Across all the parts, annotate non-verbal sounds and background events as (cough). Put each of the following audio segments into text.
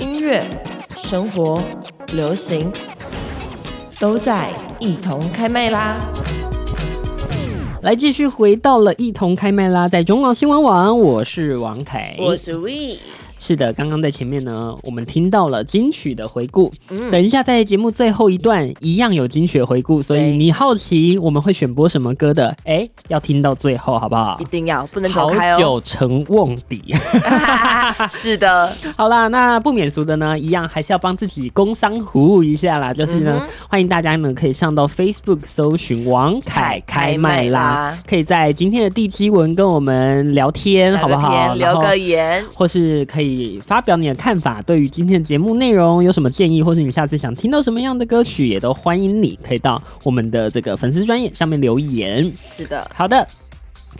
音乐、生活、流行，都在一同开麦啦！来继续回到了一同开麦啦，在中广新闻网，我是王凯，是 We，是的，刚刚在前面呢，我们听到了金曲的回顾。嗯等一下，在节目最后一段一样有金曲的回顾，所以对你好奇我们会选播什么歌的，哎、要听到最后好不好一？定要不能走好开哦！久成瓮底。是的，好啦，那不免俗的呢，一样还是要帮自己工商服务一下啦。就是嗯呢，欢迎大家呢可以上到 Facebook 搜寻王凯开麦开麦啦啦，可以在今天的地基文跟我们聊天，好不好？然留后个言，或是可以发表你的看法，对于今天的节目内容有什么建议，或是你下次想听到什么样的歌曲，也都欢迎你可以到我们的这个粉丝专业上面留言。是的，好的，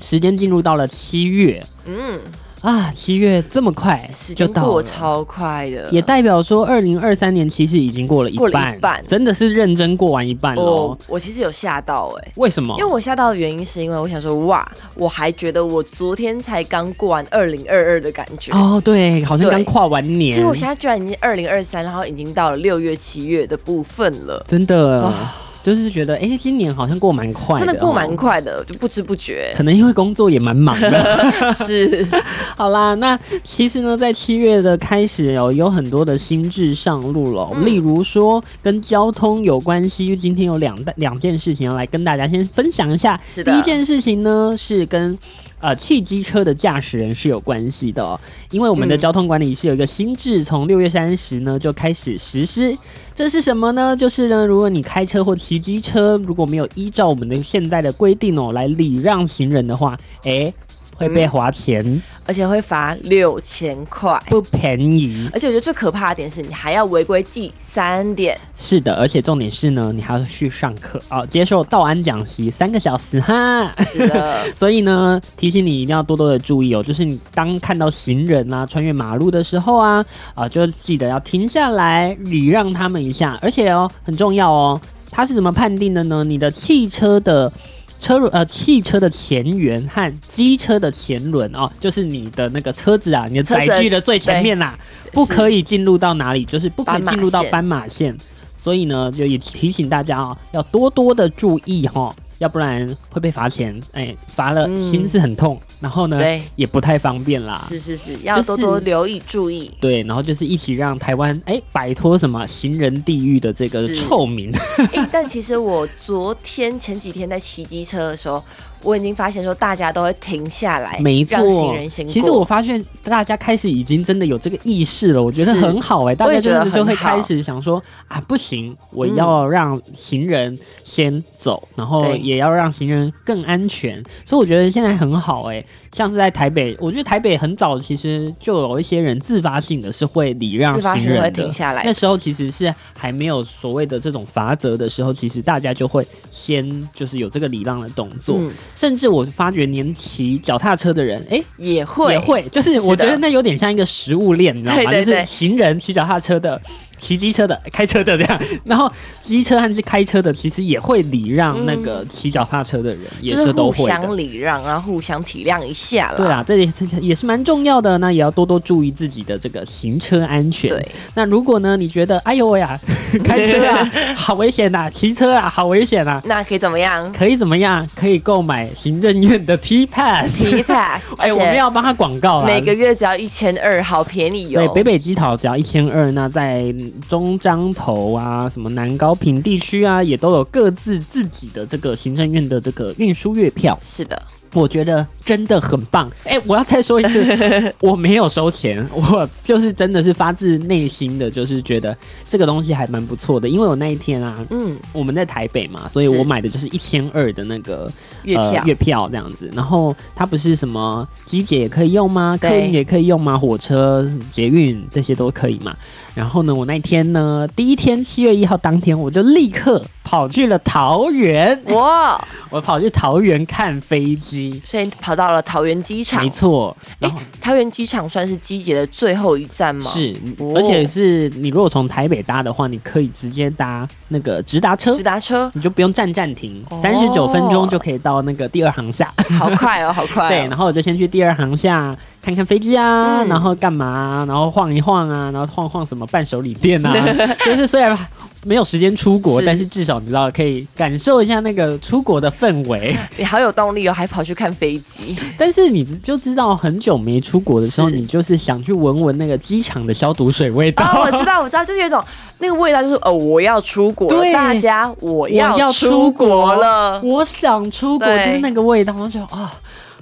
时间进入到了七月嗯，啊，七月这么快时就间到过了。超快的，也代表说，二零二三年其实已经过了一过半，了一半真的是认真过完一半我喽。哦我其实有吓到哎、为什么因为？我吓到的原因是因为我想说，哇，我还觉得我昨天才刚过完二零二二的感觉，哦，对，好像对刚跨完年结，果现在居然已经二零二三，然后已经到了六月、七月的部分了，真的、啊就是觉得，哎、今年好像过蛮快的，真的过蛮哦。快的，就不知不觉。可能因为工作也蛮忙的， (laughs) 是， (laughs) 好啦，那其实呢，在七月的开始哦，有很多的新制上路了哦、嗯例如说跟交通有关系。今天有两大两件事情要来跟大家先分享一下。是的第一件事情呢是跟。呃，汽机车的驾驶人是有关系的哦，因为我们的嗯交通管理是有一个新制，从六月三十呢就开始实施。这是什么呢？就是呢，如果你开车或骑机车，如果没有依照我们的现在的规定哦来礼让行人的话，诶，会被嗯罚钱。而且会罚六千块。不便宜。而且我觉得最可怕的点是你还要违规记三点，是的，而且重点是呢，你还要去上课哦，接受道安讲习三个小时哈。是 (laughs) 的，所以呢，提醒你一定要多多的注意哦，就是你当看到行人啊穿越马路的时候啊，啊，就记得要停下来礼让他们一下，而且哦很重要哦，它是怎么判定的呢？你的汽车的。车轮呃，汽车的前缘和机车的前轮哦，就是你的那个车子啊，你的车载子的具的最前面啦、不可以进入到哪里，就是不可以进入到斑马线。所以呢，就也提醒大家哦，要多多的注意哈、要不然会被罚钱。哎，罚了嗯心是很痛，然后呢对也不太方便啦。是是是，要多多留意注意。对，然后就是一起让台湾哎摆脱什么行人地狱的这个是臭名。诶但其实我昨天前几天在骑机车的时候，我已经发现说大家都会停下来，没错让行人先，过。其实我发现大家开始已经真的有这个意识了，我觉得是很好哎、大我家也觉真得的就会很好嗯开始想说啊，不行，我要让行人先走，然后对也要让行人更安全，所以我觉得现在很好哎、像是在台北，我觉得台北很早其实就有一些人自发性的是会礼让自发行性会人停的。下来那，时候其实是还没有所谓的这种罚则的时候，其实大家就会先就是有这个礼让的动作，嗯甚至我发觉连骑脚踏车的人，哎、也会 (laughs) 也会，就是我是的觉得那有点像一个食物链，你知道吗？对对就对是行人、骑脚踏车的、骑机车的、 (laughs) 开车的这样，然后机车和是开车的其实也会礼让那个骑脚踏车的人，嗯也就是都互会的。相礼让，然后互相体谅一下啦。对啊啦，这也是也是蛮重要的，那也要多多注意自己的这个行车安全。对，那如果呢，你觉得哎呦喂呀、 (laughs) 开 (laughs) 车啊好危险呐、骑车啊好危险啊，那可以怎么 (laughs) 样可以怎么样？可以购买行政院的 T Pass。 ？T Pass，哎、我们要帮他广告啊！每个月只要一千二，好便宜对，哦。北北基桃只要一千二，那在中彰头啊、什么南高平地区啊，也都有各自自己的这个行政院的这个运输月票，是的，我觉得真的很棒。哎、我要再说一 (laughs) 次，我没有收钱，我就是真的是发自内心的，就是觉得这个东西还蛮不错的。因为我那一天啊，嗯，我们在台北嘛，所以我是买的就是一千二的那个月呃票、月票这样子。然后它不是什么机姐也可以用吗？对客运也可以用吗？火车、捷运这些都可以嘛？然后呢，我那天呢，第一天七月一号当天，我就立刻跑去了桃园，哇，我跑去桃园看飞机。所以跑到了桃园机场没。错，然后桃园机场算是机捷的最后一站吗？，是，哦而且是你如果从台北搭的话，你可以直接搭那个直达车直，达 (laughs) 车，你就不用站站停，哦三十九分钟就可以到那个第二航厦。好快哦，好快、哦。对，然后我就先去第二航厦看看飞机啊，嗯然后干嘛啊、然后晃一晃啊，然后晃晃什么伴手礼 (laughs) 店啊，就是虽然没有时间出国，是但是至少你知道可以感受一下那个出国的氛 (laughs) 围。你好有动力哦，还跑去看飞 (laughs) 机。但是你知就知道很久没出国的时候，是你就是想去闻闻那个机场的消毒水味道。哦，我知道，我知道，就是有一种那个味道，就是哦，我要出国了，对大家我要 (laughs) 我要出出国国了。我想出国，对就是那个味道，我就觉得啊、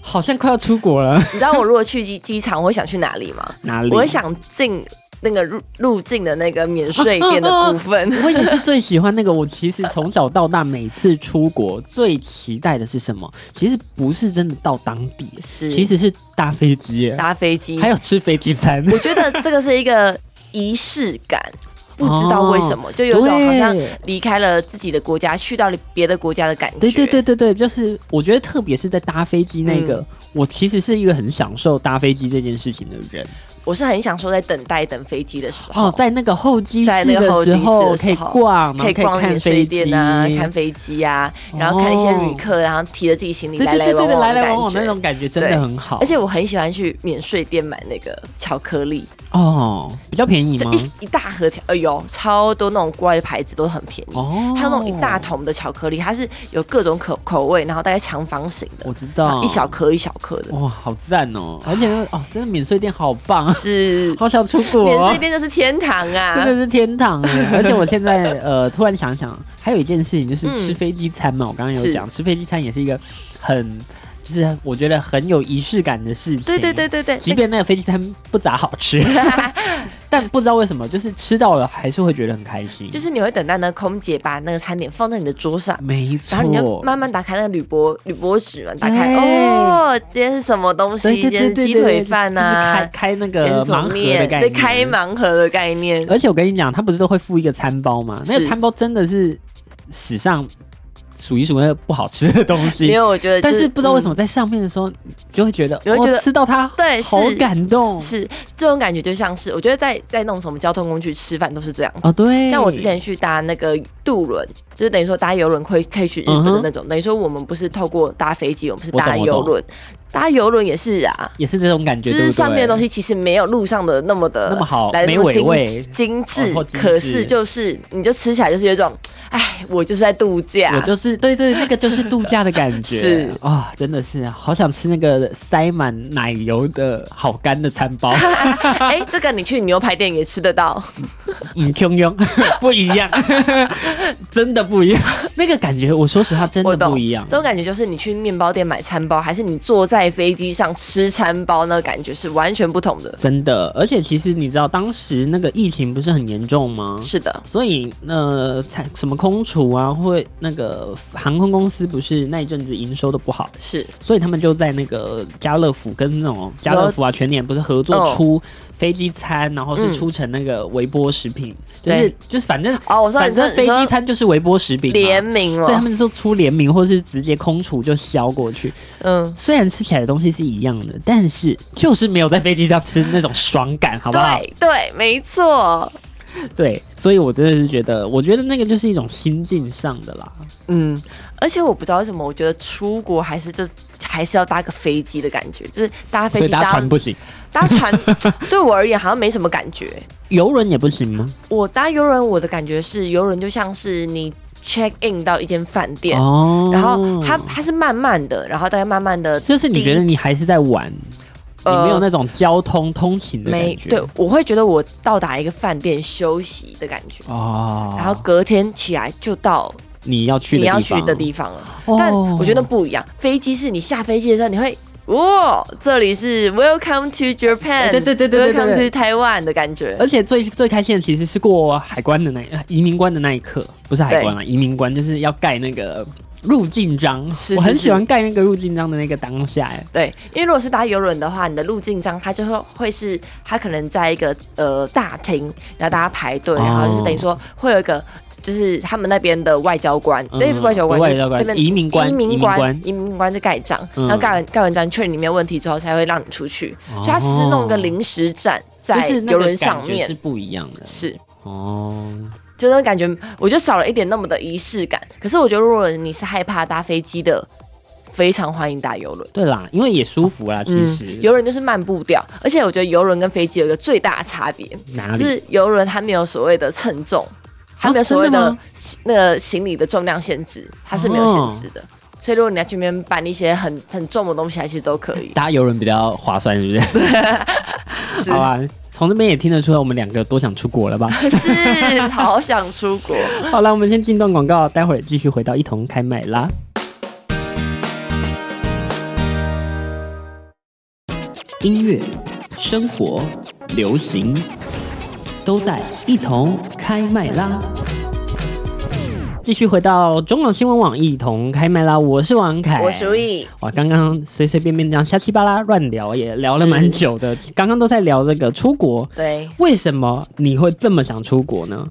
好像快要出国了。你知道我如果去机机场，我会想去哪里吗？哪里？我会想进那个入入境的那个免税店的部 (laughs) 分。我也是最喜欢那个。我其实从小到大，每次出国最期待的是什么？其实不是真的到当地，是其实是搭飞机耶，搭飞机，还有吃飞机餐。我觉得这个是一个仪式感，不知道为什么，就有一种哦对好像离开了自己的国家，去到了别的国家的感觉。嗯对对对对对，就是我觉得特别是在搭飞机那个，我其实是一个很享受搭飞机这件事情的人。我是很享受在等待等飞机的时候，哦，在那个候机在室那个候的机室时的候可以时候逛，然后逛免看税飞店机啊，看飞机啊，然后看一些哦旅客，然后提着自己行李对来对来对对往对，来往的来往感往那觉。种感觉真对的很好，而且我很喜欢去免税店买那个巧克力，哦比较便宜就吗？一一大盒巧，哎呦，超多那种国外的牌子都很便宜。哦，它有那种一大桶的巧克力，它是有各种口口味，然后大概长方形的，我知道一小颗一小颗的，哇，好赞哦！而且那个哦，真的免税店好棒，是 (laughs) 好想出国啊免税哦，店就是天堂真啊的！是天堂 (laughs) 哎！而且我现在呃，突然想想，还有一件事情就是嗯吃飞机餐嘛，我刚刚有是讲，吃飞机餐也是一个很就是我觉得很有仪式感的事情。对对对。对对，即便那个飞机餐不咋好吃， (laughs) (laughs) 但不知道为什么，就是吃到了还是会觉得很开心。就是你会等待那个空姐把那个餐点放在你的桌上，没然错后你，就慢慢打开那个铝箔铝箔纸嘛，打开对哦，今天是什么东西？哎对今对对天对，鸡对腿饭呐、就是开开那今天个是什么盲盒的面概对，念，呃开盲盒的概念，而且我跟你讲，他不是都会附一个餐包吗？那个餐包真的是史上数一数二不好吃的东因西为。我觉得、但是不知道为什么。么在上面的时候，你就会觉得，你会觉得哦、吃到它，对好是感动嗯是这种感觉，就像是我觉得在在弄什么交通工具吃饭都是这样。哦，对，像我之前去搭那个渡轮，就是等于说搭游轮可以可以去日本的那种，等于说我们不是透过搭飞机，我们是搭嗯我懂我游懂轮。搭游轮也是啊，也是这种感觉，就是上面的东西西其实没有路上的那么的那么好来的那么没精尾味精致哦，精致可是就是你就吃起来就是有一种，哎，我就是在度假我。就是对对，那个就是度假的感觉， (laughs) 是啊、真的是好想吃那个塞满奶油的好干的餐 (laughs) 包，哎、这个你去牛排店也吃得到，嗯，汹涌 (laughs) 不一样，真的不一样，那个感觉，我说实话真我的懂。不一样，这种感觉就是你去面包店买餐包，还是你坐在飞机上吃餐包，那个感觉是完全不同的。真的，而且其实你知道，当时那个疫情不是很严重吗？是的，所以呃，才什么空厨啊，或那个航空公司不是那一阵子营收都不好，是所以他们就在那个家乐福跟那种家乐福啊、全年不是合哦作出飞机餐，然后嗯是出成那个微波食品，就是对就是反正哦，我说反你说正飞你机说餐就是微波食品嘛联名哦啊所以他了，们就出联名，或是直接空厨就销过去。嗯，虽然吃起来的东西是一样的，但是就是没有在飞机上吃那种爽感，好不好？对对，没错，对，所以我真的是觉得，我觉得那个就是一种心境上的啦。嗯，而且我不知道为什么，我觉得出国还是就还是要搭个飞机的感觉，就是搭飞所机以搭船不行， (laughs) 搭船对我而言好像没什么感觉。游轮也不行吗？我搭游轮，我的感觉是游轮就像是你 check in 到一间饭店。哦然后它它是慢慢的，然后大概慢慢的，就是你觉得你还是在玩，呃你没有那种交通通勤的没感觉。对，我会觉得我到达一个饭店休息的感觉，哦，然后隔天起来就到你要去你的地要方，去的地方了。哦但我觉得不一样，飞机是你下飞机的时候你会。哇，这里是 Welcome to Japan，哎对对对对对对呃对，Welcome to Taiwan 的感觉。而且最最开心的其实是过海关的那呃移民关的那一刻，不是海关啦，移民关就是要盖那个入境章。是是我很是喜欢盖那个入境章的那个当下、哎，对，因为如果是搭游轮的话，你的路径章它就会会是它可能在一个呃大厅，然后大家排队，哦然后就是等于说会有一个。就是他们那边的外交官，嗯对、外交官，外交官那边移民官移民移民官官，移民官就盖章，嗯然后盖完盖完章，确认你没有问题之后，才会让你出去。所以它只是弄一个临时站就在是那游个轮上感觉面，是不一样的是，哦。就那种感觉，我就少了一点那么的仪式感。可是我觉得，如果你是害怕搭飞机的非常欢迎打游轮。对啦，因为也舒服啦，其实、游轮就是慢步调，而且我觉得游轮跟飞机有一个最大的差别，哪里哦是游轮它没有所谓的称重，它没有所谓真的的吗行那个行李的重量限制，它是没有限制的。哦所以如果你要去那边搬一些很很重的东西，还其实都可以。 (laughs) 搭游轮比较划算，是不 (laughs) 是？好啊，从这边也听得出来，我们两个多想出国了吧？可是好想出 (laughs) 国，好了，我们先进段广告，待会儿继续回到一同开麦啦。音乐、生活、流行，都在一同开麦啦。继续回到中广新闻网一同开麦啦，我是王凯，我属意。哇，刚刚随随便便这样瞎七巴拉乱聊，也聊了蛮久的。刚刚都在聊这个出国，对，为什么你会这么想出国呢？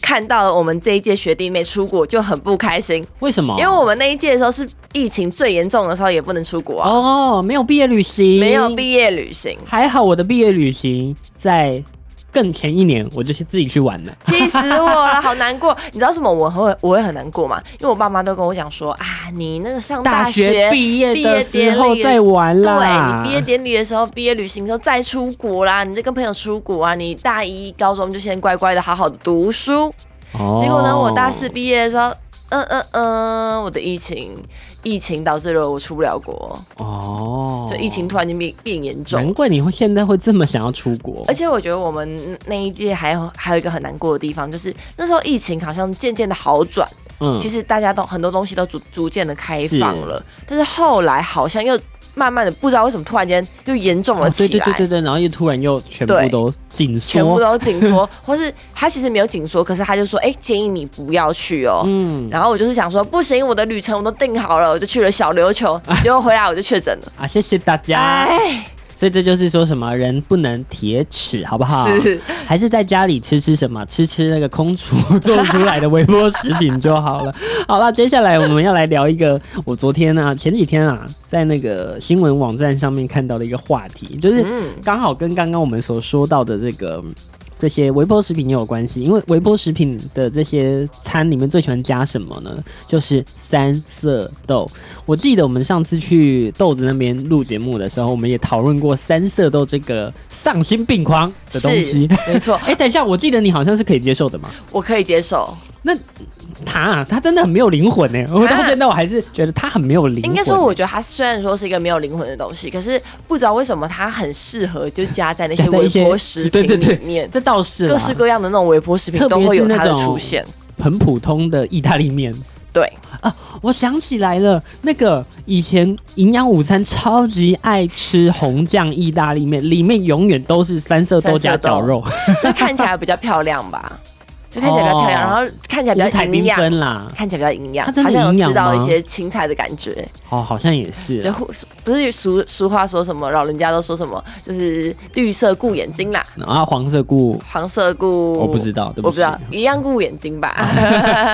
看到我们这一届学弟妹出国就很不开心，为什么？因为我们那一届的时候是疫情最严重的时候，也不能出国啊，哦，没有毕业旅行，没有，毕业旅行。还好我的毕业旅行在更前一年，我就是自己去玩了。气死我了，好难 (laughs) 过。你知道什么？我会我会很难过嘛，因为我爸妈都跟我讲说啊，你那个上大学学毕业的时候毕业典礼再玩对啦你毕业，典礼的时候，毕业旅行的时候再出国啦，你就跟朋友出国啊，你大一高中就先乖乖的好好的读书。哦结果呢，我大四毕业的时候，嗯嗯嗯，我的疫情，疫情导致了我出不了国，哦，就疫情，突然间变变严重难。怪你会现在会这么想要出国而。且我觉得我们那一届还有还有一个很难过的地方，就是那时候疫情好像渐渐的好转，嗯其实大家都很多东西都逐逐渐的开放了，但是后来好像又慢慢的不知道为什么突然间又严重了哦起来，对对对对对，然后又突然又全部对都紧缩，全部都紧缩，或是他其实没有紧缩，可是他就说，哎、建议你不要去哦。嗯然后我就是想说，不行，我的旅程我都定好了，我就去了小琉球，结果回来我就确诊了。啊，谢谢大家。哎，所以这就是说什么人不能铁齿，好不好？是还是在家里吃吃什么，吃吃那个空厨 (laughs) 做出来的微波食品就好了。 (laughs) 好了，接下来我们要来聊一个我昨天啊，前几天啊，在那个新闻网站上面看到的一个话题，就是嗯刚好跟刚刚我们所说到的这个。这些微波食品也有关系，因为微波食品的这些餐里面最喜欢加什么呢？就是三色豆。我记得我们上次去豆子那边录节目的时候，我们也讨论过三色豆这个丧心病狂的东西。没错，哎、等一下，我记得你好像是可以接受的嘛？我可以接受。他、啊、他真的很没有灵魂呢、我到现在我还是觉得他很没有灵魂。欸应该说，我觉得它虽然说是一个没有灵魂的东西，可是不知道为什么它很适合就加在那些加在一微些波食对品对对里面。这倒是啦各式各样的那种微波食品特别都是会有它的那种出现。很普通的意大利面。对啊，我想起来了，那个以前营养午餐超级爱吃红酱意大利面，里面永远都是三色豆加三色豆绞肉，就看起来比较漂亮吧， (laughs) 就看起来比较漂亮，哦然后看起来比五 (laughs) 较彩营缤养，纷啦。看起来比较营养，它真的好像营有养吃到吗一些青菜的感觉。哦，好像也是就啊。互不是俗俗话说什么，老人家都说什么，就是绿色顾眼睛啦，啊，黄色菇黄色顾我不知道，对我不不知起，啊道，一样顾眼睛吧。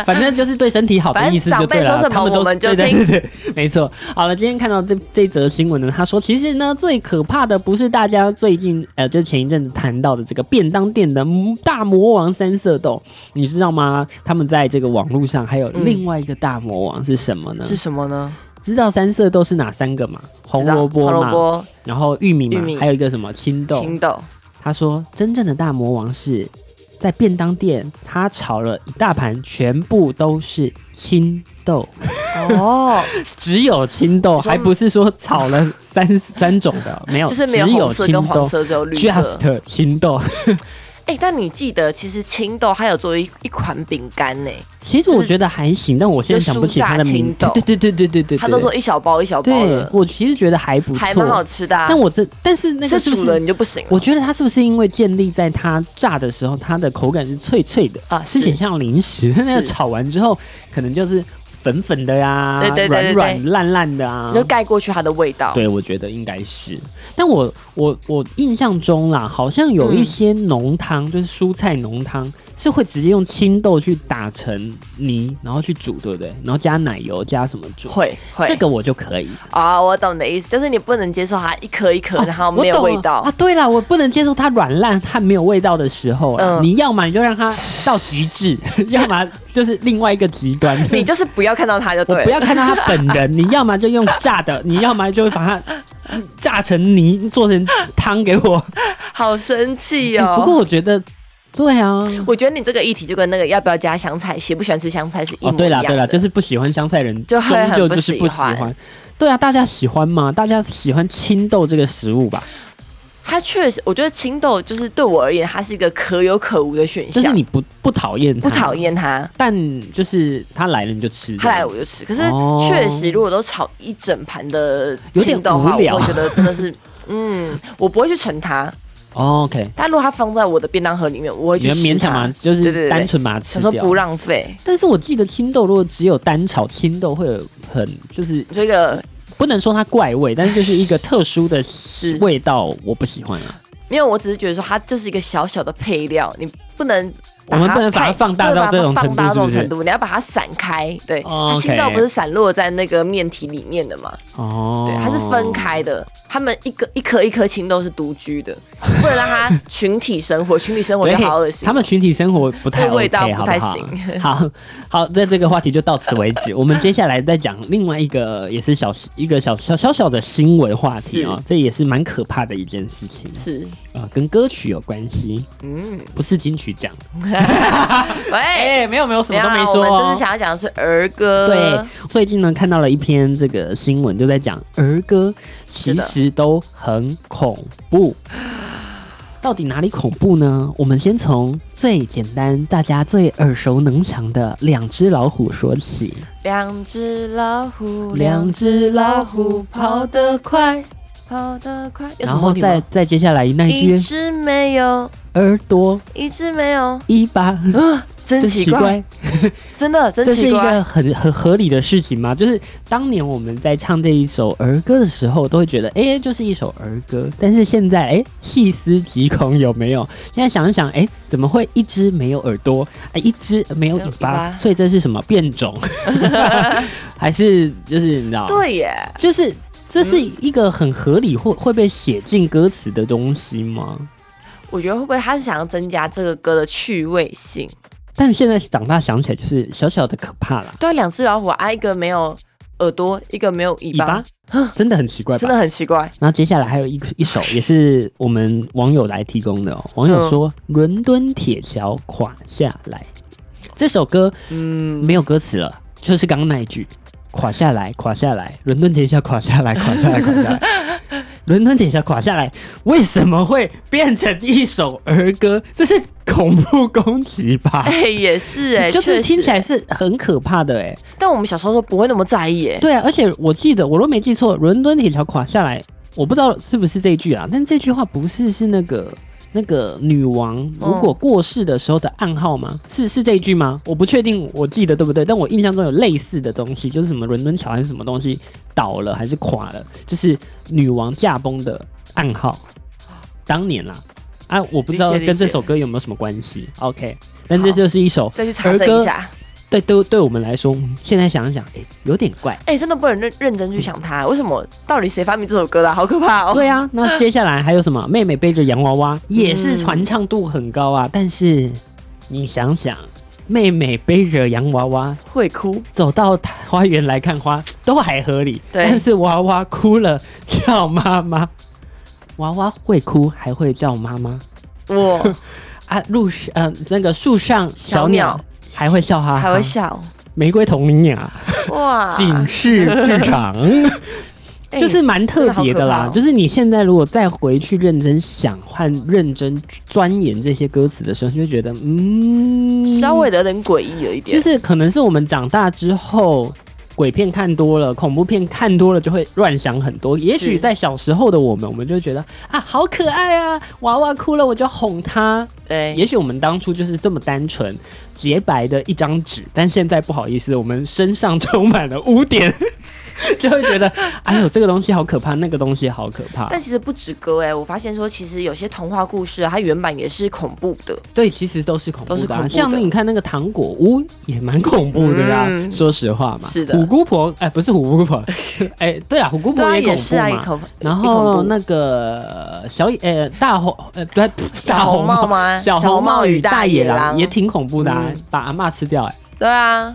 反正就是对身体好的意思就对反正长了。辈说什么他们都我们就对听对对对，没错。好了，今天看到这这则新闻呢，他说其实呢最可怕的不是大家最近呃，就前一阵子谈到的这个便当店的大魔王三色豆，你知道吗？他们在这个网络上还有嗯另外一个大魔王是什么呢？ (laughs) 是什么呢？知道三色豆是哪三个吗？红嗯知道萝卜红萝嘛，卜、然后玉米嘛，玉米还有一个什么青豆。青豆，他说，真正的大魔王是在便当店，他炒了一大盘，全部都是青豆， (laughs) 哦，只有青豆，你说还不是说炒了三 (laughs) 三种的，没有，就是没有只红有色跟青黄豆色，只有绿色。 ，just 青豆。哎、但你记得，其实青豆还有做一一款饼干呢，其实我觉得还行，但我现在想不起它的名就酥炸青豆对对对对对对，他都说一小包一小包对的，，我其实觉得还不错，还蛮好吃的、啊。但我这但是那个是是不煮了是？你就不行了我觉得它是不是因为建立在它炸的时候，它的口感是脆脆的，啊？是很像零食，但那个是炒完之后，可能就是粉粉的呀、对对对对软对软烂烂的啊你。就盖过去它的味道。对，我觉得应该是。但我我我印象中啦，好像有一嗯些浓汤，就是蔬菜浓汤，是会直接用青豆去打成泥，然后去煮，对不对？然后加奶油，加什么煮？会会这个我就可以，啊、我懂你的意思，就是你不能接受它一颗一颗，然后我没有懂味了道。啊！对了，我不能接受它软烂和没有味道的时候啊。嗯你要么你就让它到极致，要么 (laughs) 就是另外一个极端。 (laughs) 你就是不要看到他就 (laughs) 我对不了。要看到他本人，你要么就用炸的，你要么就把它炸成泥，做成汤给我。 (laughs) 好生气欸哦。不过我觉得，对啊，我觉得你这个议题就跟那个要不要加香菜、喜不喜欢吃香菜是一模哦，一对样的。啦对啦，就是不喜欢香菜人，就终会很究不就是喜不喜欢欢。对啊，大家喜欢吗？大家喜欢青豆这个食物吧？它确实，我觉得青豆就是对我而言，它是一个可有可无的选就项，是你不不讨厌，不讨，厌它，但就是他来了你就吃。它来了我就吃。可是哦确实，如果都炒一整盘的有点青豆的话，无聊我会觉得真的是， (laughs) 嗯，我不会去盛它。哦 OK，但如果它放在我的便当盒里面，我会你去们吃勉强它嘛，就对对是对单纯把它吃想说掉不。浪费，但是我记得青豆如果只有单炒青豆会有很就是这个不能说它怪味，但是就是一个特殊的味道，我不喜欢啊。没有，我只是觉得说它就是一个小小的配料，你不能把它太。我们不能把它放大到这种程不度能把它放大到这种是不是程度，你要把它散开。对，哦它青 OK 豆不是散落在那个面体里面的嘛？(laughs) 哦，对，它是分。开的。它们一个一颗一颗青豆是独居的， (laughs) 不能让它群体生活，群体生活就对好恶，心。他们群体生活不太对味 OK，道好不太好行？ (laughs) 好好，在这个话题就到此为 (laughs) 止。我们接下来再讲另外一个，也是小一个小小小小的新闻话题哦是，这也是蛮可怕的一件事情是，啊、呃跟歌曲有关系，嗯，不是金曲奖。喂，哎、没有没有，什没么有啊，都没我说、们这哦次。想要讲的是儿歌。对，最近呢看到了一篇这个新闻，就在讲儿歌是其的实都很恐 (gasps) 怖。到底哪里恐怖呢？我们先从最简单、大家最耳熟能详的两只老虎说起。两只老虎，两只老虎跑得快，跑得快，有什然么后问题吗再再接下来那一一句只没有，耳朵一只没 (gasps) 有，一把，啊，真真奇奇怪。怪。真的，真这是奇一怪。个很很合理的事情吗？就是当年我们在唱这一首儿歌的时候，都会觉得，哎、就是一首儿歌。但是现在，哎、细思极恐，有没有？现在想一想，哎、怎么会一只没有耳朵，哎，一只没有尾没有尾巴？巴所以这是什么变种？ (laughs) 还是就是你知道？，对耶，就是这是一个很合理会会被写进歌词的东西吗？我觉得会不会他是想要增加这个歌的趣味性？但现在长大想起来，就是小小的可怕啦。对啊，两只老虎啊，一个没有耳朵，一个没有尾尾巴 (gasps) 巴，真的很奇怪吧？真的很奇怪。然后接下来还有一一首也是我们网友来提供的哦。网友说，嗯伦敦铁桥垮下来》这首歌嗯，没有歌词了，就是刚刚那一句“垮下来，垮下来，伦敦铁桥垮下来，垮下来，垮下来”。 (laughs) 伦敦铁桥垮下来，为什么会变成一首儿歌？这是恐怖攻击吧？ (laughs) 哎、也是哎、就确实是听起来是很可怕的哎、但我们小时候都不会那么在意哎、对啊，而且我记得，我若没记错，伦敦铁桥垮下来，我不知道是不是这一句啊，但这句话不是是那个那个女王嗯如果过世的时候的暗号吗？是是这一句吗？我不确定，我记得对不对？但我印象中有类似的东西，就是什么伦敦桥还是什么东西倒了还是垮了，就是女王驾崩的暗号，当年啦。啊，我不知道理解理跟这解首歌有没有什么关系。OK，但这就是一首再去查证一下。对对对我们来说，现在想一想，哎、有点怪。哎、真的不能认认真去想它，为什么？到底谁发明这首歌的啊、好可怕哦！嗯对啊，那接下来还有什么？妹妹背着洋娃娃也是传唱度很高啊，但是你想想，妹妹背着洋娃娃会哭，走到花园来看花，都还合理。对但是娃娃哭了叫妈妈，娃娃会哭还会叫妈妈我啊！路上呃，那个树上小鸟小鸟还会笑哈哈， (laughs) 还会笑啊玫瑰童林呀，哇！警示剧场。哎就是蛮特别真的啦，的好可怕哦就是你现在如果再回去认真想和认真钻研这些歌词的时候，你就会觉得嗯，稍微的有点诡异了一点，就是可能是我们长大之后。鬼片看多了，恐怖片看多了，就会乱想很多。也许是在小时候的我们，我们就觉得啊，好可爱啊，娃娃哭了我就要哄他。对，也许我们当初就是这么单纯、洁白的一张纸，但现在不好意思，我们身上充满了污点， (laughs) 就会觉得，哎呦，这个东西好可怕，那个东西好可怕。但其实不止歌哎、我发现说，其实有些童话故事啊，它原版也是恐怖的。对，其实都是恐怖都是的啊、恐怖的像那你看那个糖果屋也蛮恐怖的啦、嗯说实话嘛。是的虎姑婆，哎、不是虎姑婆， (laughs) 哎、对啊，虎姑对婆啊，恐也怖是啊，也嘛。恐怖。然也恐后怖那个小野呃大红呃对小红帽吗小小红红帽帽与与大大野野狼狼也挺恐怖的、啊嗯把阿嬷吃掉哎、对啊，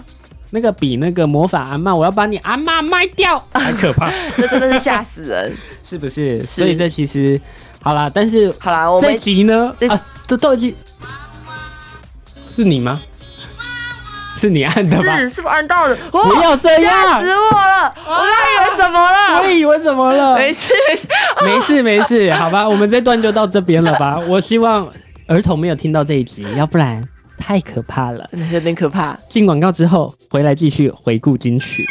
那个比那个魔法阿嬷，我要把你阿嬷卖掉， (laughs) 还可怕，这真的是吓死人。是不是？所以这其实好啦，但是好啦，我这们集呢这啊，这都已经是你吗？是你按的吧？是是不是按到的？哦不要这吓样死，我了！我刚以为怎么我了？以为怎么了？没事没事，没事没事，好吧，我们这段就到这边了吧。我希望儿童没有听到这一集，要不然太可怕了。真的是有点可怕。进广告之后回来继续回顾金曲。